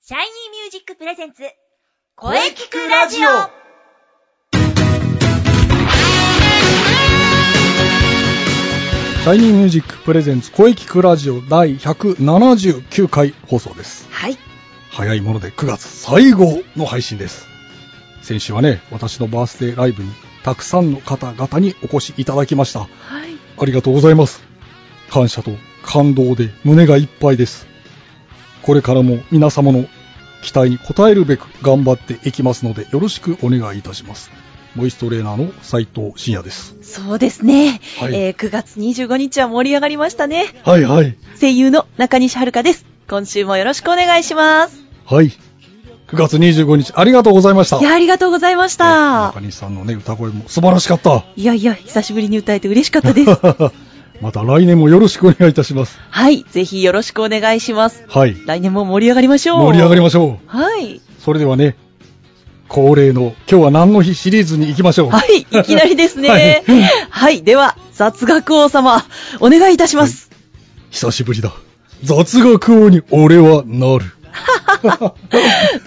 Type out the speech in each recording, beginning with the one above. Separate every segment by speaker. Speaker 1: シャイニーミュージックプレゼンツ、
Speaker 2: 声聞くラジオ
Speaker 3: シャイニーミュージックプレゼンツ声聞くラジオ第179回放送です。
Speaker 4: はい。
Speaker 3: 早いもので9月最後の配信です。先週はね、私のバースデーライブにたくさんの方々にお越しいただきました。
Speaker 4: はい。
Speaker 3: ありがとうございます。感謝と感動で胸がいっぱいです。これからも皆様の期待に応えるべく頑張っていきますのでよろしくお願いいたします。ボイストレーナーの斉藤真也です。
Speaker 4: そうですね。
Speaker 3: はい
Speaker 4: えー9月25日は盛り上がりましたね。
Speaker 3: はいはい。
Speaker 4: 声優の中西遥です。今週もよろしくお願いします。
Speaker 3: はい。9月25日、ありがとうございました。
Speaker 4: いや、ありがとうございまし
Speaker 3: ね
Speaker 4: た
Speaker 3: 中。西さんのね、歌声も素晴らしかった。
Speaker 4: いやいや、久しぶりに歌えて嬉しかったです。
Speaker 3: また来年もよろしくお願いいたします。
Speaker 4: はい。ぜひよろしくお願いします。
Speaker 3: はい。
Speaker 4: 来年も盛り上がりましょう。
Speaker 3: 盛り上がり
Speaker 4: ま
Speaker 3: ましょう。
Speaker 4: はい。
Speaker 3: それではね、恒例の今日は何の日シリーズに行きましょう。
Speaker 4: はい。いきなりですね。
Speaker 3: は
Speaker 4: はいい、では、雑学王様、お願いいたします。
Speaker 3: 久しぶりだ。雑学王に俺はなる。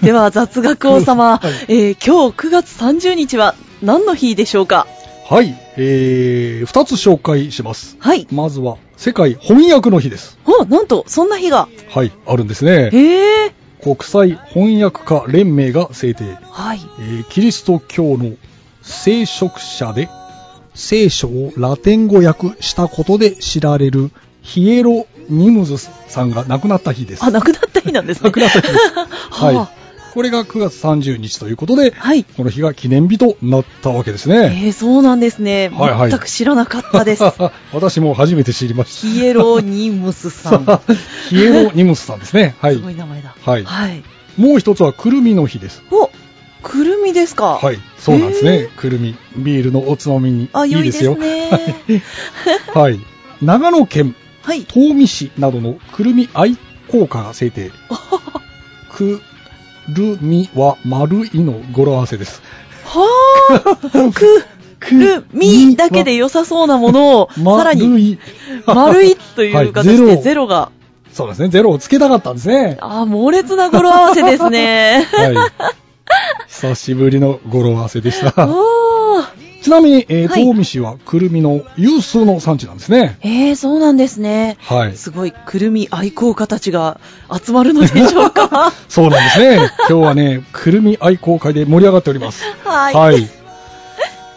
Speaker 4: では、雑学王様、
Speaker 3: はい
Speaker 4: えー今日9月30日は何の日でしょうか
Speaker 3: はい。えー、二つ紹介します。
Speaker 4: はい。
Speaker 3: まずは、世界翻訳の日です。
Speaker 4: お、なんと、そんな日が。
Speaker 3: はい、あるんですね。
Speaker 4: へえ。
Speaker 3: 国際翻訳家連盟が制定。
Speaker 4: はい。
Speaker 3: えーキリスト教の聖職者で聖書をラテン語訳したことで知られるヒエロニムズさんが亡くなった日です。
Speaker 4: あ、亡くなった日なんですね。
Speaker 3: 亡くなった日ですは い、
Speaker 4: は
Speaker 3: これが9月30日ということで、
Speaker 4: はい。
Speaker 3: この日が記念日となったわけですね。
Speaker 4: えー、そうなんですね。
Speaker 3: はいはい
Speaker 4: 全く知らなかった です。
Speaker 3: 私も初めて知りまし
Speaker 4: ヒエロニムスさん。
Speaker 3: た。ヒエロニムズさんですね。はい
Speaker 4: す。ごい名前だ。
Speaker 3: はい
Speaker 4: はい。
Speaker 3: もう一つはくるみの日です。
Speaker 4: お、くるみですか。。
Speaker 3: はいい、そうなんです
Speaker 4: へ
Speaker 3: ね。くるみ、ビールのおつまみに
Speaker 4: あ、
Speaker 3: い
Speaker 4: 良
Speaker 3: い
Speaker 4: いで
Speaker 3: で
Speaker 4: すす
Speaker 3: よ。
Speaker 4: ね。
Speaker 3: はい。長野県
Speaker 4: はい。
Speaker 3: 東御市などのくるみ愛好家が制定。くるみは丸いの語呂合わせです。
Speaker 4: はあ、く
Speaker 3: く
Speaker 4: るみだけで
Speaker 3: よ。
Speaker 4: 良さそうなものを、さら
Speaker 3: 丸
Speaker 4: に、
Speaker 3: い。
Speaker 4: 丸いという形
Speaker 3: は
Speaker 4: で
Speaker 3: い
Speaker 4: ゼロが、
Speaker 3: そうですね。ゼロをつけたかったんですね。。
Speaker 4: あー、猛烈な語呂合わせですね
Speaker 3: はい。久しぶりの語呂合わせでした。
Speaker 4: おー。
Speaker 3: ちなみに、えー
Speaker 4: はい
Speaker 3: 東御市はくるみの有数の産地なんですね。
Speaker 4: えー、そうなんですね。
Speaker 3: はい。
Speaker 4: すごい、くるみ愛好家たちが集まるのでしょう か
Speaker 3: そうなんですね。今日はね、くるみ愛好会で盛り上がっております。
Speaker 4: は
Speaker 3: はい。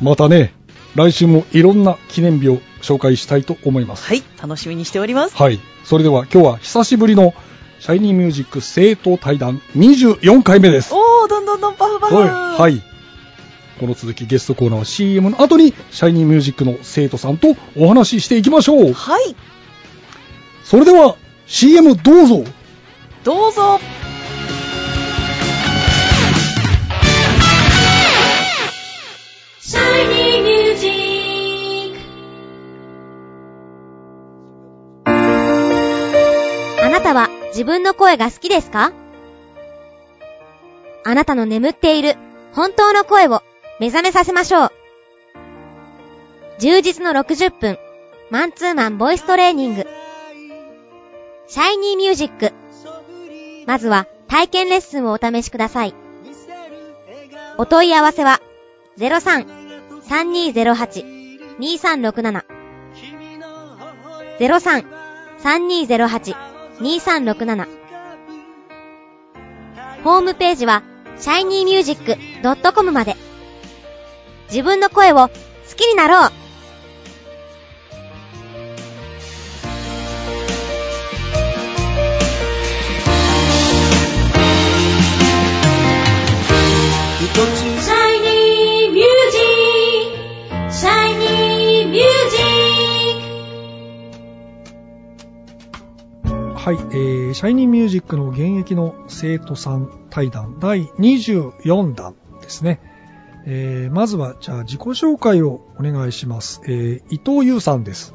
Speaker 3: またね、来週もいろんな記念日を紹介したいと思います。
Speaker 4: はい、楽しみにしております。
Speaker 3: はい。それでは今日は久しぶりのシャイニーミュージック生徒対談24回目です。
Speaker 4: おー、どんどんどんパフパフ
Speaker 3: はい。はい。この続きゲストコーナーは CM の後にシャイニーミュージックの生徒さんとお話ししていきましょう。
Speaker 4: はい、
Speaker 3: それでは CM どうぞ。
Speaker 4: どうぞ
Speaker 1: シャイニーミュージックあなたは自分の声が好きですかあなたの眠っている本当の声を目覚めさせましょう。充実の60分、マンツーマンボイストレーニング。シャイニーミュージック。まずは体験レッスンをお試しください。お問い合わせは03-3208-2367 03-3208-2367ホームページは shinymusic.com まで自分の声を好きになろうシャイニーミュージックシャイニーミュージック
Speaker 5: はい、えー、シャイニーミュージックの現役の生徒さん対談第24弾ですね。えー、まずは、じゃあ自己紹介をお願いします。えー、伊藤優さんです。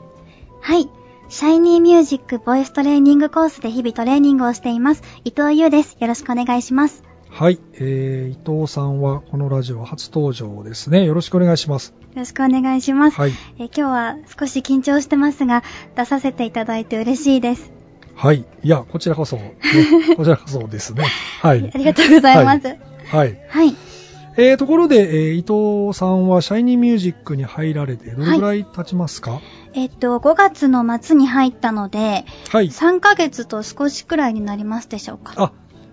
Speaker 6: はい。シャイニーミュージックボイストレーニングコースで日々トレーニングをしています。伊藤優です。よろしくお願いします。
Speaker 5: はい、えー、伊藤さんはこのラジオ初登場ですね。よろしくお願いします。
Speaker 6: よろしくお願いします。
Speaker 5: はい。
Speaker 6: えー今日は少し緊張してますが、出させていただいて嬉しいです。
Speaker 3: はい。いや、こちらこそ、ねこちらこそですね。はい
Speaker 6: あ。りがとうございます。はい。
Speaker 3: はい。えー、ところで、えー伊藤さんはシャイニーミュージックに入られて、どれぐらい経ちますか
Speaker 6: えっと、5月の末に入ったので、
Speaker 3: はい。
Speaker 6: 3ヶ月と少しくらいになりますでしょうか。
Speaker 3: あ、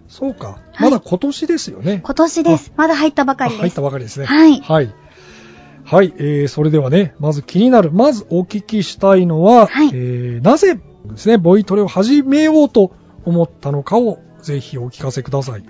Speaker 3: そうか。
Speaker 6: は
Speaker 3: ま
Speaker 6: い
Speaker 3: だ今年ですよね。
Speaker 6: 今年です。まだ入ったばかり
Speaker 3: あ入
Speaker 6: で
Speaker 3: っ
Speaker 6: す
Speaker 3: た。ばかりですね。
Speaker 6: はい
Speaker 3: はい。はいえーそれではね、まず気になる、まずお聞きしたいのは、
Speaker 6: はい
Speaker 3: えーなぜですね、ボイトレを始めようと思ったのかを、ぜひお聞かせください。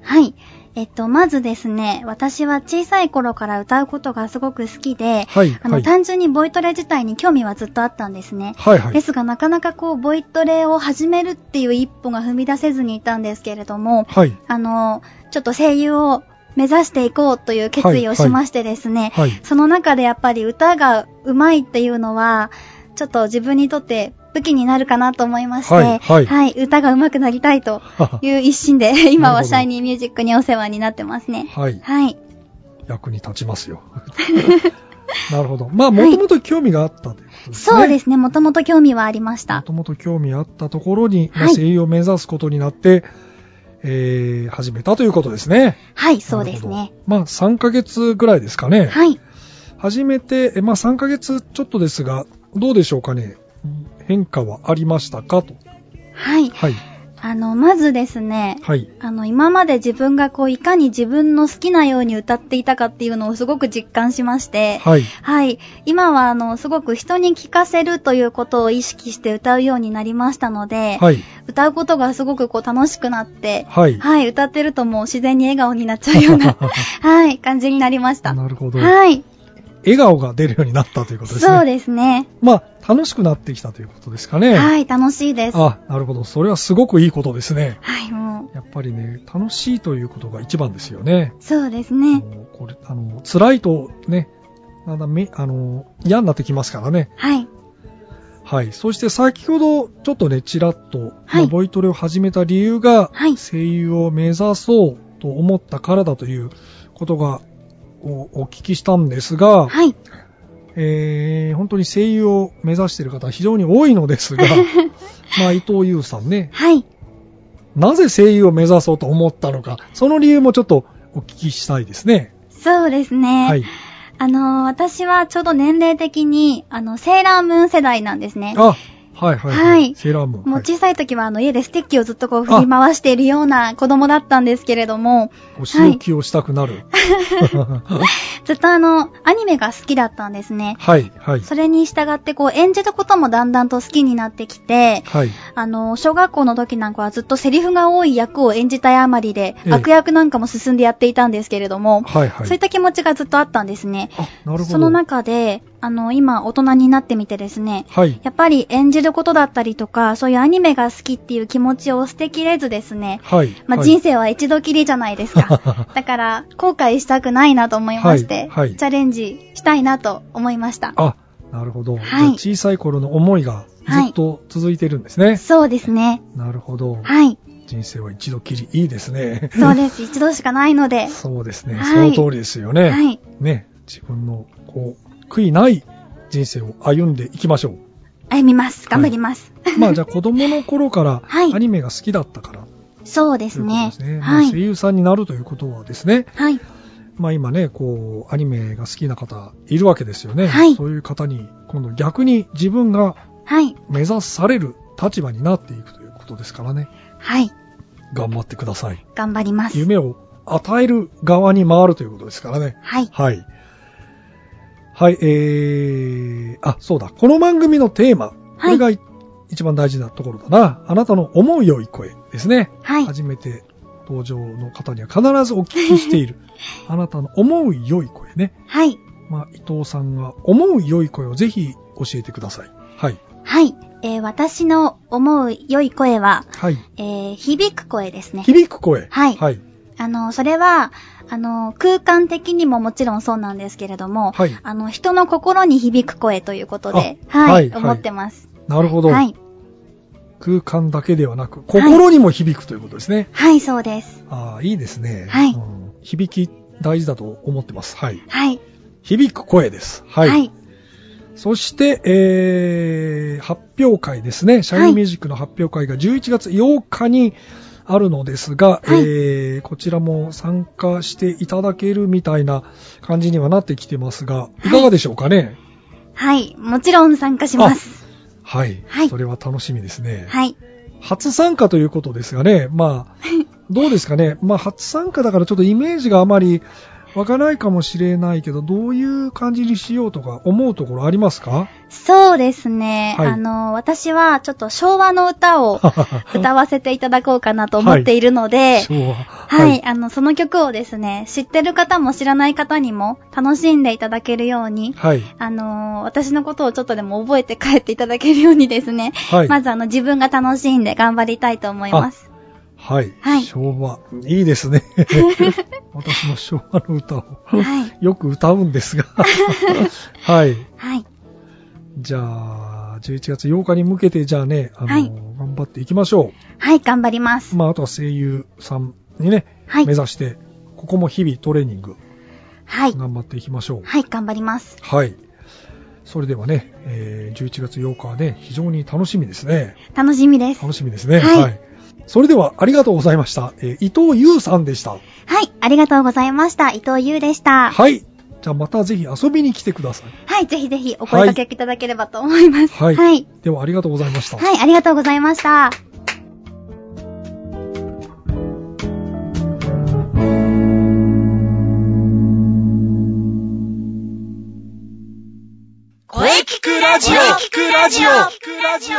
Speaker 6: はい。えっと、まずですね、私は小さい頃から歌うことがすごく好きで、
Speaker 3: はい、
Speaker 6: あの、
Speaker 3: はい。
Speaker 6: 単純にボイトレ自体に興味はずっとあったんですね。
Speaker 3: はい、は
Speaker 6: で
Speaker 3: い。
Speaker 6: すが、なかなかこう、ボイトレを始めるっていう一歩が踏み出せずにいたんですけれども、
Speaker 3: はい。
Speaker 6: あの、ちょっと声優を目指していこうという決意をしましてですね、
Speaker 3: はい。
Speaker 6: その中でやっぱり歌が上手いっていうのは、ちょっと自分にとって武器になるかなと思いまして、
Speaker 3: はいはい
Speaker 6: 歌が上手くなりたいという一心で、今はシャイニーミュージックにお世話になってますね。
Speaker 3: はい。
Speaker 6: はい。
Speaker 3: 役に立ちます よ。なるほど。まあ、もともと興味があったということですね。
Speaker 6: そうですね、もともと興味はありまし
Speaker 3: も
Speaker 6: た。
Speaker 3: ともと興味あったところに、まあ
Speaker 6: はい
Speaker 3: 声優を目指すことになって、えー、始めたということですね。
Speaker 6: はい、そうです
Speaker 3: なる
Speaker 6: ね
Speaker 3: ほ。ど。まあ、3ヶ月ぐらいですかね。
Speaker 6: はい。
Speaker 3: 初めて、えまあ、3ヶ月ちょっとですが、どうでしょうかね。変化はありましたかと。
Speaker 6: はい。
Speaker 3: はい。
Speaker 6: あの、まずですね、
Speaker 3: はい。
Speaker 6: あの、今まで自分がこう、いかに自分の好きなように歌っていたかっていうのをすごく実感しまして、
Speaker 3: はい。
Speaker 6: はい。今は、あの、すごく人に聞かせるということを意識して歌うようになりましたので、
Speaker 3: はい。
Speaker 6: 歌うことがすごくこう楽しくなって、
Speaker 3: はい。
Speaker 6: はい、歌ってるともう自然に笑顔になっちゃうよ うな、はい、感じになりました。
Speaker 3: なるほど。
Speaker 6: はい。
Speaker 3: 笑顔が出るようになったということですね。
Speaker 6: そうですね。
Speaker 3: まあ、楽しくなってきたということですかね。
Speaker 6: はい、楽しいです。は
Speaker 3: あ、なるほど。それはすごくいいことですね。
Speaker 6: い、も
Speaker 3: やっぱりね、楽しいということが一番ですよね。
Speaker 6: う、そうですね。
Speaker 3: もうこれ、あの、辛いとね、だんだんめ、あの、嫌になってきますからね。
Speaker 6: はい、
Speaker 3: はい。そして先ほど、ちょっとね、ちらっと、
Speaker 6: はい
Speaker 3: まあボイトレを始めた理由が、
Speaker 6: はい
Speaker 3: 声優を目指そうと思ったからだということが、おお聞きしたんですが、
Speaker 6: はい、
Speaker 3: えー、本当に声優を目指している方非常に多いの ですが、まあ、伊藤優さんね、
Speaker 6: はい。
Speaker 3: なぜ声優を目指そうと思ったのか、その理由もちょっとお聞きしたいですね。
Speaker 6: そうですね。
Speaker 3: はい。
Speaker 6: あのー私はちょうど年齢的に、あの、セーラームーン世代なんですね。
Speaker 3: あ、はいはい、はい、
Speaker 6: はい
Speaker 3: セーラームーン。
Speaker 6: もう
Speaker 3: はい
Speaker 6: 小さい時はあの家でステッキをずっとこう振り回しているような子供だったんですけれども、
Speaker 3: お仕置きをしたくなる。
Speaker 6: ずっとあの、アニメが好きだったんですね。
Speaker 3: はい、はい。
Speaker 6: それに従ってこう演じることもだんだんと好きになってきて、
Speaker 3: はい。
Speaker 6: あの、小学校の時なんかはずっとセリフが多い役を演じたいあまりで、
Speaker 3: ええ
Speaker 6: 悪役なんかも進んでやっていたんですけれども、
Speaker 3: はい、はい。
Speaker 6: そういった気持ちがずっとあったんですね。
Speaker 3: あ、なるほど。
Speaker 6: その中で、あの、今大人になってみてですね、
Speaker 3: はい。
Speaker 6: やっぱり演じることだったりとか、そういうアニメが好きっていう気持ちを捨てきれずですね、
Speaker 3: はい。
Speaker 6: まあ、
Speaker 3: はい
Speaker 6: 人生は一度きりじゃないですか。 だから、後悔したくないなと思いまして、
Speaker 3: はいはい
Speaker 6: チャレンジしたいなと思いました。
Speaker 3: あ、なるほど。
Speaker 6: はい
Speaker 3: じゃあ小さい頃の思いがずっと続いてるんですね。
Speaker 6: そうですね。
Speaker 3: なるほど。
Speaker 6: はい。
Speaker 3: 人生は一度きりいいですね。
Speaker 6: そうです。一度しかないので。
Speaker 3: そうですね。
Speaker 6: はい
Speaker 3: その通りですよね。
Speaker 6: はい。
Speaker 3: ね、自分のこう悔いない人生を歩んでいきましょう。
Speaker 6: 歩みます。頑張ります。
Speaker 3: まあじゃあ子供の頃から
Speaker 6: はい
Speaker 3: アニメが好きだったから、
Speaker 6: そうで
Speaker 3: と
Speaker 6: す
Speaker 3: いうこと
Speaker 6: ね
Speaker 3: ですね。。ま
Speaker 6: は
Speaker 3: あ声
Speaker 6: い。
Speaker 3: 優さんになるということはですね、
Speaker 6: はい。
Speaker 3: まあ今ね、こうアニメが好きな方いるわけですよね。
Speaker 6: はい
Speaker 3: そういう方に今度逆に自分が
Speaker 6: はい。
Speaker 3: 目指される立場になっていくということですからね。
Speaker 6: はい。
Speaker 3: 頑張ってください。
Speaker 6: 頑張ります。
Speaker 3: 夢を与える側に回るということですからね。
Speaker 6: はい。
Speaker 3: はい。はい、えー、あ、そうだ。この番組のテーマ。これがい一番大事なところだな。あなたの思う良い声ですね。
Speaker 6: はい。
Speaker 3: 初めて登場の方には必ずお聞きして いる。あなたの思う良い声ね。
Speaker 6: はい。
Speaker 3: まあ、伊藤さんが思う良い声をぜひ教えてください。はい。
Speaker 6: はい。えー私の思う良い声は、
Speaker 3: はい。
Speaker 6: えー響く声ですね。
Speaker 3: 響く声。
Speaker 6: はい
Speaker 3: はい。
Speaker 6: あの、それは、あの、空間的にももちろんそうなんですけれども、
Speaker 3: はい
Speaker 6: あの、人の心に響く声ということで、
Speaker 3: あ
Speaker 6: はい、
Speaker 3: はいはい
Speaker 6: 思ってます。
Speaker 3: なるほど。
Speaker 6: はい。
Speaker 3: 空間だけではなく、心にも響くということですね。
Speaker 6: はい、そうです。
Speaker 3: ああ、いいですね。
Speaker 6: はい
Speaker 3: うん響き大事だと思ってます。はい。
Speaker 6: はい。
Speaker 3: 響く声です。はい。
Speaker 5: そして、えー発表会ですね。シャイニーミュージックの発表会が11月8日にあるのですが、
Speaker 6: はい
Speaker 5: えーこちらも参加していただけるみたいな感じにはなってきてますが、いかがでしょうかね
Speaker 6: はい。もちろん参加します。
Speaker 5: はい、
Speaker 6: はい
Speaker 5: それは楽しみですね。
Speaker 6: はい。
Speaker 5: 初参加ということですがね、まあ、 どうですかね。まあ、初参加だからちょっとイメージがあまりわからないかもしれないけど、どういう感じにしようとか思うところありますか
Speaker 6: そうですね。
Speaker 5: はい
Speaker 6: あの、私はちょっと昭和の歌を歌わせていただこうかなと思っているので、
Speaker 5: 昭和。
Speaker 6: はい、あの、その曲をですね、知ってる方も知らない方にも楽しんでいただけるように、
Speaker 5: はい。
Speaker 6: あのー私のことをちょっとでも覚えて帰っていただけるようにですね、
Speaker 5: はい。
Speaker 6: まずあの、自分が楽しんで頑張りたいと思います。
Speaker 5: はい。
Speaker 6: はい
Speaker 5: 昭和。いいです ね。私も昭和の歌を
Speaker 6: はい。
Speaker 5: よく歌うんですが。 はい。
Speaker 6: はい。
Speaker 5: じゃあ、11月8日に向けて、じゃあね、あの、
Speaker 6: はい
Speaker 5: 頑張っていきましょ
Speaker 6: はい、頑張ります。
Speaker 5: う。まあ、あとは声優さんにね、
Speaker 6: はい
Speaker 5: 目。指して、ここも日々トレーニング、
Speaker 6: はい。
Speaker 5: 頑張っていきましょう。
Speaker 6: はい、頑張ります。
Speaker 5: はい。それではね、えー11月8日はね、非常に楽しみですね。
Speaker 6: 楽しみです。
Speaker 5: 楽しみですね。
Speaker 6: はい
Speaker 5: それでは、ありがとうございました。えー伊藤優さんでした。
Speaker 6: はい、ありがとうございました。伊藤優でした。
Speaker 5: はい。じゃあまたぜひ遊びに来てください。
Speaker 6: はい、ぜひぜひお声掛けいただければと思います。
Speaker 5: はい
Speaker 6: はい。
Speaker 5: ではありがとうございました。
Speaker 6: はい、ありがとうございました。
Speaker 2: 声聞くラジオ声聞くラジオ聞くラジ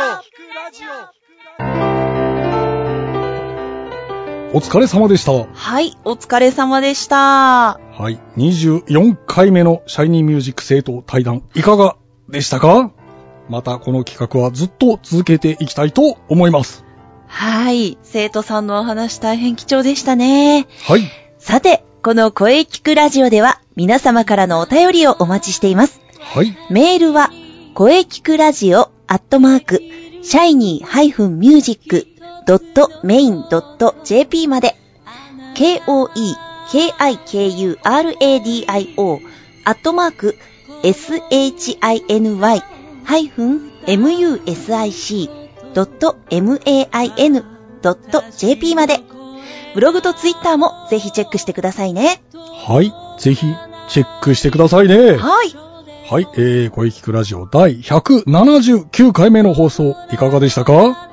Speaker 3: お疲れ様でした。
Speaker 4: はい、お疲れ様でした。
Speaker 3: はい。24回目のシャイニーミュージック生徒対談、いかがでしたかまたこの企画はずっと続けていきたいと思います。
Speaker 4: はい、生徒さんのお話大変貴重でしたね。
Speaker 3: はい。
Speaker 4: さて、この声聞くラジオでは皆様からのお便りをお待ちしています。
Speaker 3: はい。
Speaker 4: メールは、声聞くラジオアットマーク、シャイニー -music.main.jp まで、k-o-e-k-i-k-u-r-a-d-i-o アットマーク、shiny-music.main.jp まで、ブログとツイッターもぜひチェックしてくださいね。
Speaker 3: はい。ぜひ、チェックしてくださいね。
Speaker 4: はい。
Speaker 3: はい。えー、声聞くラジオ第179回目の放送、いかがでしたか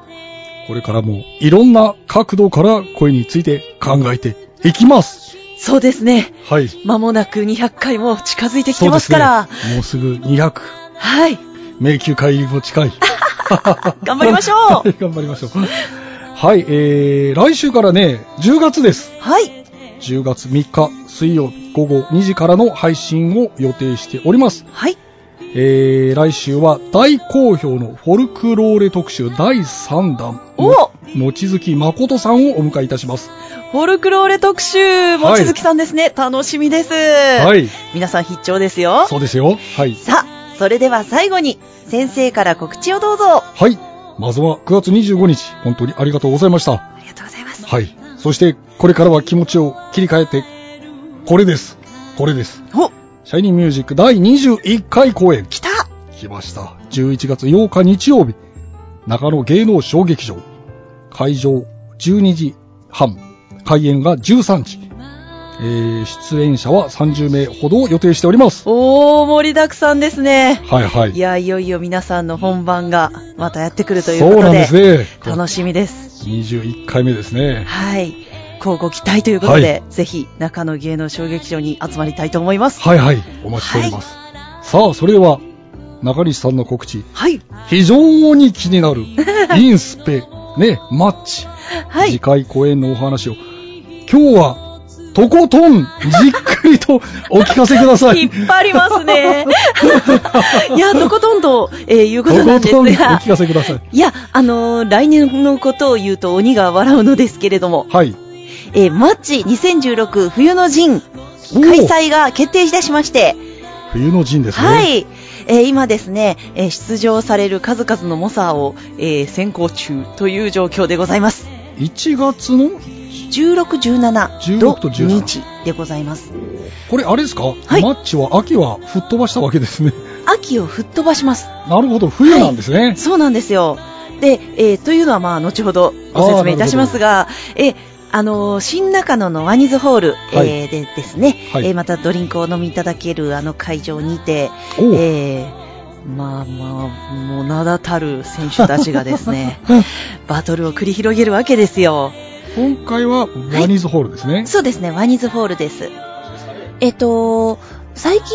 Speaker 3: これからもいろんな角度から声について考えていきます。
Speaker 4: そうですね。
Speaker 3: はい。
Speaker 4: まもなく200回も近づいてき
Speaker 3: そ
Speaker 4: て
Speaker 3: うで
Speaker 4: ますす
Speaker 3: ね
Speaker 4: から。
Speaker 3: もうすぐ200、
Speaker 4: はい。
Speaker 3: 迷宮会入り も近い。
Speaker 4: 頑張りま しょう。
Speaker 3: 頑張りましょう。はい、えー、来週からね、10月です。
Speaker 4: はい。
Speaker 3: 10月3日水曜日午後2時からの配信を予定しております。
Speaker 4: はい。
Speaker 3: えー、来週は大好評のフォルクローレ特集第3弾。
Speaker 4: お
Speaker 3: もちづき誠さんをお迎えいたします。
Speaker 4: フォルクローレ特集、望月さんですね。楽しみです。はい。
Speaker 3: はい。
Speaker 4: 皆さん必聴ですよ。
Speaker 3: そうですよ。はい。
Speaker 4: さあ、それでは最後に、先生から告知をどうぞ。
Speaker 3: はい。まずは9月25日、本当にありがとうございました。
Speaker 4: ありがとうございます。
Speaker 3: はい。そして、これからは気持ちを切り替えて、これです。これです。
Speaker 4: お、
Speaker 3: シャイニーミュージック第21回公演、
Speaker 4: 来た
Speaker 3: 来ました。11月8日日曜日、中野芸能小劇場。会場12時半、開演が13時。えー、出演者は30名ほどを予定しております。
Speaker 4: おー、盛りだくさんですね。
Speaker 3: はいはい
Speaker 4: い。や、いよいよ皆さんの本番がまたやってくるというこ
Speaker 3: そう
Speaker 4: と
Speaker 3: なん
Speaker 4: で、
Speaker 3: ですね。
Speaker 4: 楽しみです。
Speaker 3: 21回目ですね。
Speaker 4: はい。こうご期待ということで、
Speaker 3: は
Speaker 4: ぜひ中野芸能小劇場に集まりたいと思います。
Speaker 3: はいはい。お待ちしております。さあ、それでは、中西さんの告知、
Speaker 4: はい。
Speaker 3: 非常に気に なるインスペ、ね、マッチ、
Speaker 4: は
Speaker 3: 次
Speaker 4: い。
Speaker 3: 回公演のお話を今日はとことんじっくりとお聞かせくだ さい。
Speaker 4: 引っ張ります ね。いや、とことんと、えー、いう
Speaker 3: と
Speaker 4: ことなんで
Speaker 3: ことんお
Speaker 4: すが
Speaker 3: 聞、かせください。
Speaker 4: いや、あのー来年のことを言うと鬼が笑うのですけれども、
Speaker 3: はい。
Speaker 4: えーマッチ2016冬の陣
Speaker 3: おー
Speaker 4: 開催が決定いたしまして、
Speaker 3: 冬の陣ですね。
Speaker 4: はい、えー今ですね、えー出場される数々の猛者を、えー先行中という状況でございます。
Speaker 3: 1月の、
Speaker 4: 16、17土
Speaker 3: 16と17
Speaker 4: 日でございます。
Speaker 3: これあれですか、
Speaker 4: はい
Speaker 3: マッチは秋は吹っ飛ばしたわけですね。
Speaker 4: 秋を吹っ飛ばします。
Speaker 3: なるほど、冬なんですね。
Speaker 4: そうなんですよ。で、えーというのはまあ、後ほどご説明いたしますが、えーあのー新中野のワニズホール、えー
Speaker 3: はい
Speaker 4: でですね、
Speaker 3: はい
Speaker 4: えーまたドリンクをお飲みいただけるあの会場にて、
Speaker 3: おう
Speaker 4: えーまあまあ、もう名だたる選手たちがです ね、バトルを繰り広げるわけですよ。
Speaker 3: 今回はワニーズホールですね。
Speaker 4: そうですね、ワニズホールです。えっと、最近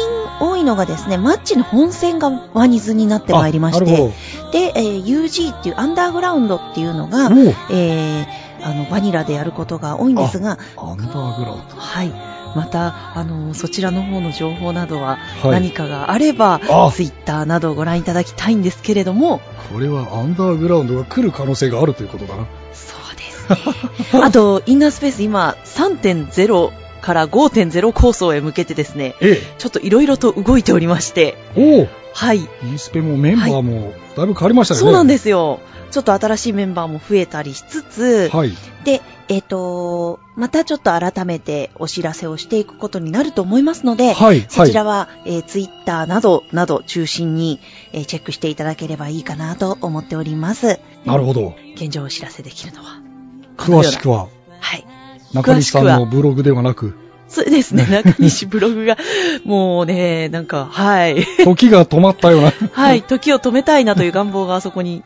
Speaker 4: 多いのがですね、マッチの本戦がワニズになってまいりまし
Speaker 3: あな
Speaker 4: て、
Speaker 3: るほ
Speaker 4: で、えー UG っていうアンダーグラウンドっていうのが、
Speaker 3: ど。おう
Speaker 4: えーあの、バニラでやることが多いんですが、
Speaker 3: アンダーグラウン
Speaker 4: はい。また、あの、そちらの方の情報などは、
Speaker 3: ド。は
Speaker 4: 何
Speaker 3: い。
Speaker 4: かがあれば、
Speaker 3: あ
Speaker 4: ツイッターなどをご覧いただきたいんですけれども、
Speaker 3: これはアンダーグラウンドが来る可能性があるということだな。
Speaker 4: そうですね。 あと、インナースペース今、3.0から5.0構想へ向けてですね、
Speaker 3: え
Speaker 4: ちょっといろいろと動いておりまして、
Speaker 3: え。おう
Speaker 4: はい。
Speaker 3: イースペもメンバーもだいぶ変わりましたよね。
Speaker 4: そうなんですよ。ちょっと新しいメンバーも増えたりしつつ、
Speaker 3: はい。
Speaker 4: で、えっ、と、またちょっと改めてお知らせをしていくことになると思いますので、
Speaker 3: はい。
Speaker 4: そちら
Speaker 3: は
Speaker 4: は、えー、ツイッターなど、など中心に、えーチェックしていただければいいかなと思っております。
Speaker 3: い。なるほど。
Speaker 4: 現状をお知らせできるのは。このよう
Speaker 3: 詳
Speaker 4: な
Speaker 3: しくは、
Speaker 4: はい。
Speaker 3: 中西さんのブログではなく、
Speaker 4: そうです ね、中西ブログが、もうね、なんか、はい。
Speaker 3: 時が止まったような、
Speaker 4: はい、 時を止めたいなという願望があそこ に。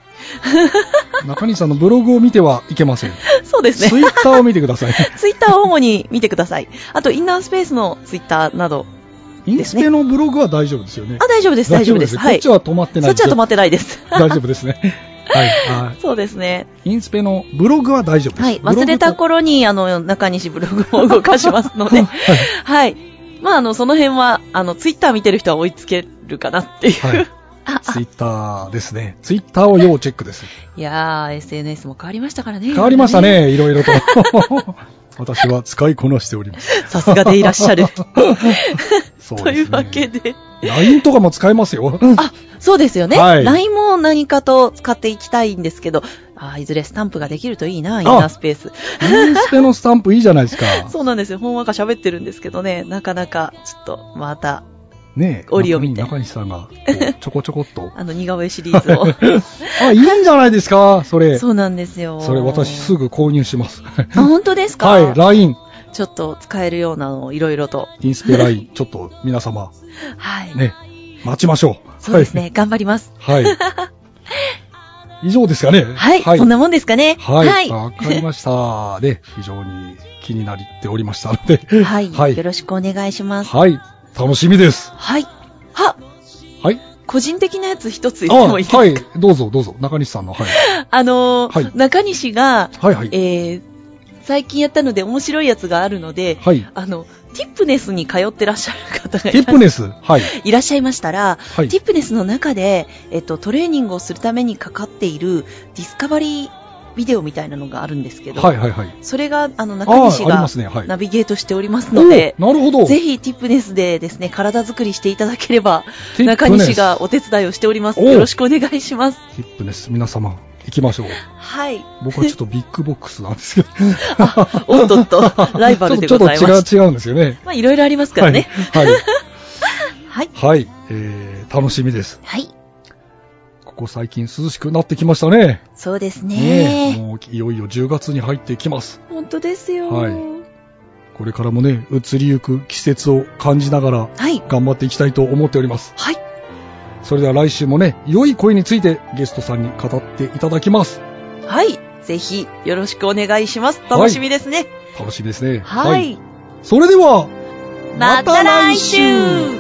Speaker 3: 中西さんのブログを見てはいけません。
Speaker 4: そうです ね
Speaker 3: ツ。イッターを見てくだ さい。
Speaker 4: ツイッターを主に見てください。あと、インナースペースのツイッターなど。
Speaker 3: インスペのブログは大丈夫ですよね。
Speaker 4: あ、大丈夫です、大丈夫です。
Speaker 3: こっちは止まってない
Speaker 4: そっちは止ま
Speaker 3: っ
Speaker 4: ってないです。
Speaker 3: 大丈夫ですね。 はい。あ
Speaker 4: そうですね。
Speaker 3: インスペのブログは大丈夫です。
Speaker 4: はい。忘れた
Speaker 3: ブログと
Speaker 4: 頃に、あの、中西ブログを動かしますので。
Speaker 3: はい。
Speaker 4: はい。まあ、あの、その辺は、あの、ツイッター見てる人は追いつけるかなっていう。
Speaker 3: はい。ツイッターですね。ツイッターを要チェックです。
Speaker 4: い、やー、SNS も変わりましたからね。
Speaker 3: 変わりました。ね、いろいろと。 私は使いこなしております。
Speaker 4: さすがでいらっしゃ る。
Speaker 3: そう
Speaker 4: とい
Speaker 3: ですね
Speaker 4: うわけで。
Speaker 3: LINE とかも使えますよ。
Speaker 4: あ、そうですよね。
Speaker 3: はい
Speaker 4: LINE も何かと使っていきたいんですけど、あーいずれスタンプができるといいな、インナースペース。
Speaker 3: インスペのスタンプいいじゃないですか。
Speaker 4: そうなんですよ。ほんわか喋ってるんですけどね、なかなか、ちょっと、また、
Speaker 3: ねえ。
Speaker 4: 折を見て
Speaker 3: 中西さんが、こうちょこちょこっと。
Speaker 4: あの、似顔絵シリーズ
Speaker 3: あ、いいんじゃないですか、それ。
Speaker 4: を。 そうなんですよ。
Speaker 3: それ私す
Speaker 4: ぐ。
Speaker 3: ぐ購入します。
Speaker 4: あ、本当ですか
Speaker 3: はい、LINE。
Speaker 4: ちょっと使えるようなのをいろいろと。
Speaker 3: インスペ LINE、ちょっと皆様、
Speaker 4: はい。
Speaker 3: ね、待ちましょう。
Speaker 4: そうですね。頑張ります。
Speaker 3: はい。はい。以上ですかね。
Speaker 4: はい。
Speaker 3: はい
Speaker 4: そん。なもんですかね。
Speaker 3: はい。わ、かりました。で、非常に気になりっておりましたので。
Speaker 4: はい。
Speaker 3: はい
Speaker 4: よろしくお願いします。
Speaker 3: はい。楽しみです。
Speaker 4: はい。は、
Speaker 3: はい。
Speaker 4: 個人的なやつ一つ
Speaker 3: あ、
Speaker 4: 言ってもいいですか
Speaker 3: はい。どうぞどうぞ。中西さんの。はい。
Speaker 4: あのー
Speaker 3: はい
Speaker 4: 中西が、
Speaker 3: はいはい。
Speaker 4: えー、最近やったので面白いやつがあるので、
Speaker 3: はい。
Speaker 4: あの、ティップネスに通ってらっしゃる方がい
Speaker 3: テ
Speaker 4: ら
Speaker 3: ィップネス。はい。
Speaker 4: いらっしゃいましたら、
Speaker 3: はい
Speaker 4: テ。ィップネスの中で、えっと、トレーニングをするためにかかっているディスカバリービデオみたいなのがあるんですけど、
Speaker 3: はいはいはい。
Speaker 4: それが、あの、
Speaker 3: あ
Speaker 4: 中
Speaker 3: あ
Speaker 4: 西
Speaker 3: ー、あり
Speaker 4: が
Speaker 3: ますね。はい。
Speaker 4: ナビゲートしておりますので、
Speaker 3: おーなるほど。
Speaker 4: ぜひティップネスでですね、体作りしていただければ、
Speaker 3: ティッ
Speaker 4: 中
Speaker 3: プネス
Speaker 4: 西。がお手伝いをしております。
Speaker 3: おう
Speaker 4: よろしくお願いします。
Speaker 3: ティップネス。皆様、行きましょう。
Speaker 4: はい。
Speaker 3: 僕はちょっとビッグボックスなんですけど。
Speaker 4: おっとっ と、ライバルで
Speaker 3: ちょ
Speaker 4: ご
Speaker 3: っと
Speaker 4: ざいます。
Speaker 3: 違う、違うんですよね。
Speaker 4: まあ、いろいろありますか
Speaker 3: は
Speaker 4: ら
Speaker 3: い。
Speaker 4: ね。
Speaker 3: はい。
Speaker 4: はい。
Speaker 3: はい。えー、楽しみです。
Speaker 4: はい。
Speaker 3: ここ最近涼しくなってきましたね。
Speaker 4: そうです
Speaker 3: ねえ
Speaker 4: ね。
Speaker 3: もういよいよ10月に入ってきます。
Speaker 4: 本当ですよ。
Speaker 3: は
Speaker 4: はいい。
Speaker 3: これからもね、移りゆく季節を感じながら
Speaker 4: はい。
Speaker 3: 頑張っていきたいと思っております。
Speaker 4: はい。
Speaker 3: それでは来週もね、良い声についてゲストさんに語っていただきます。
Speaker 4: ぜひ、よろしくお願いします。楽しみですね。
Speaker 3: 楽しみですね。
Speaker 4: はい。
Speaker 3: それでは、
Speaker 4: また来週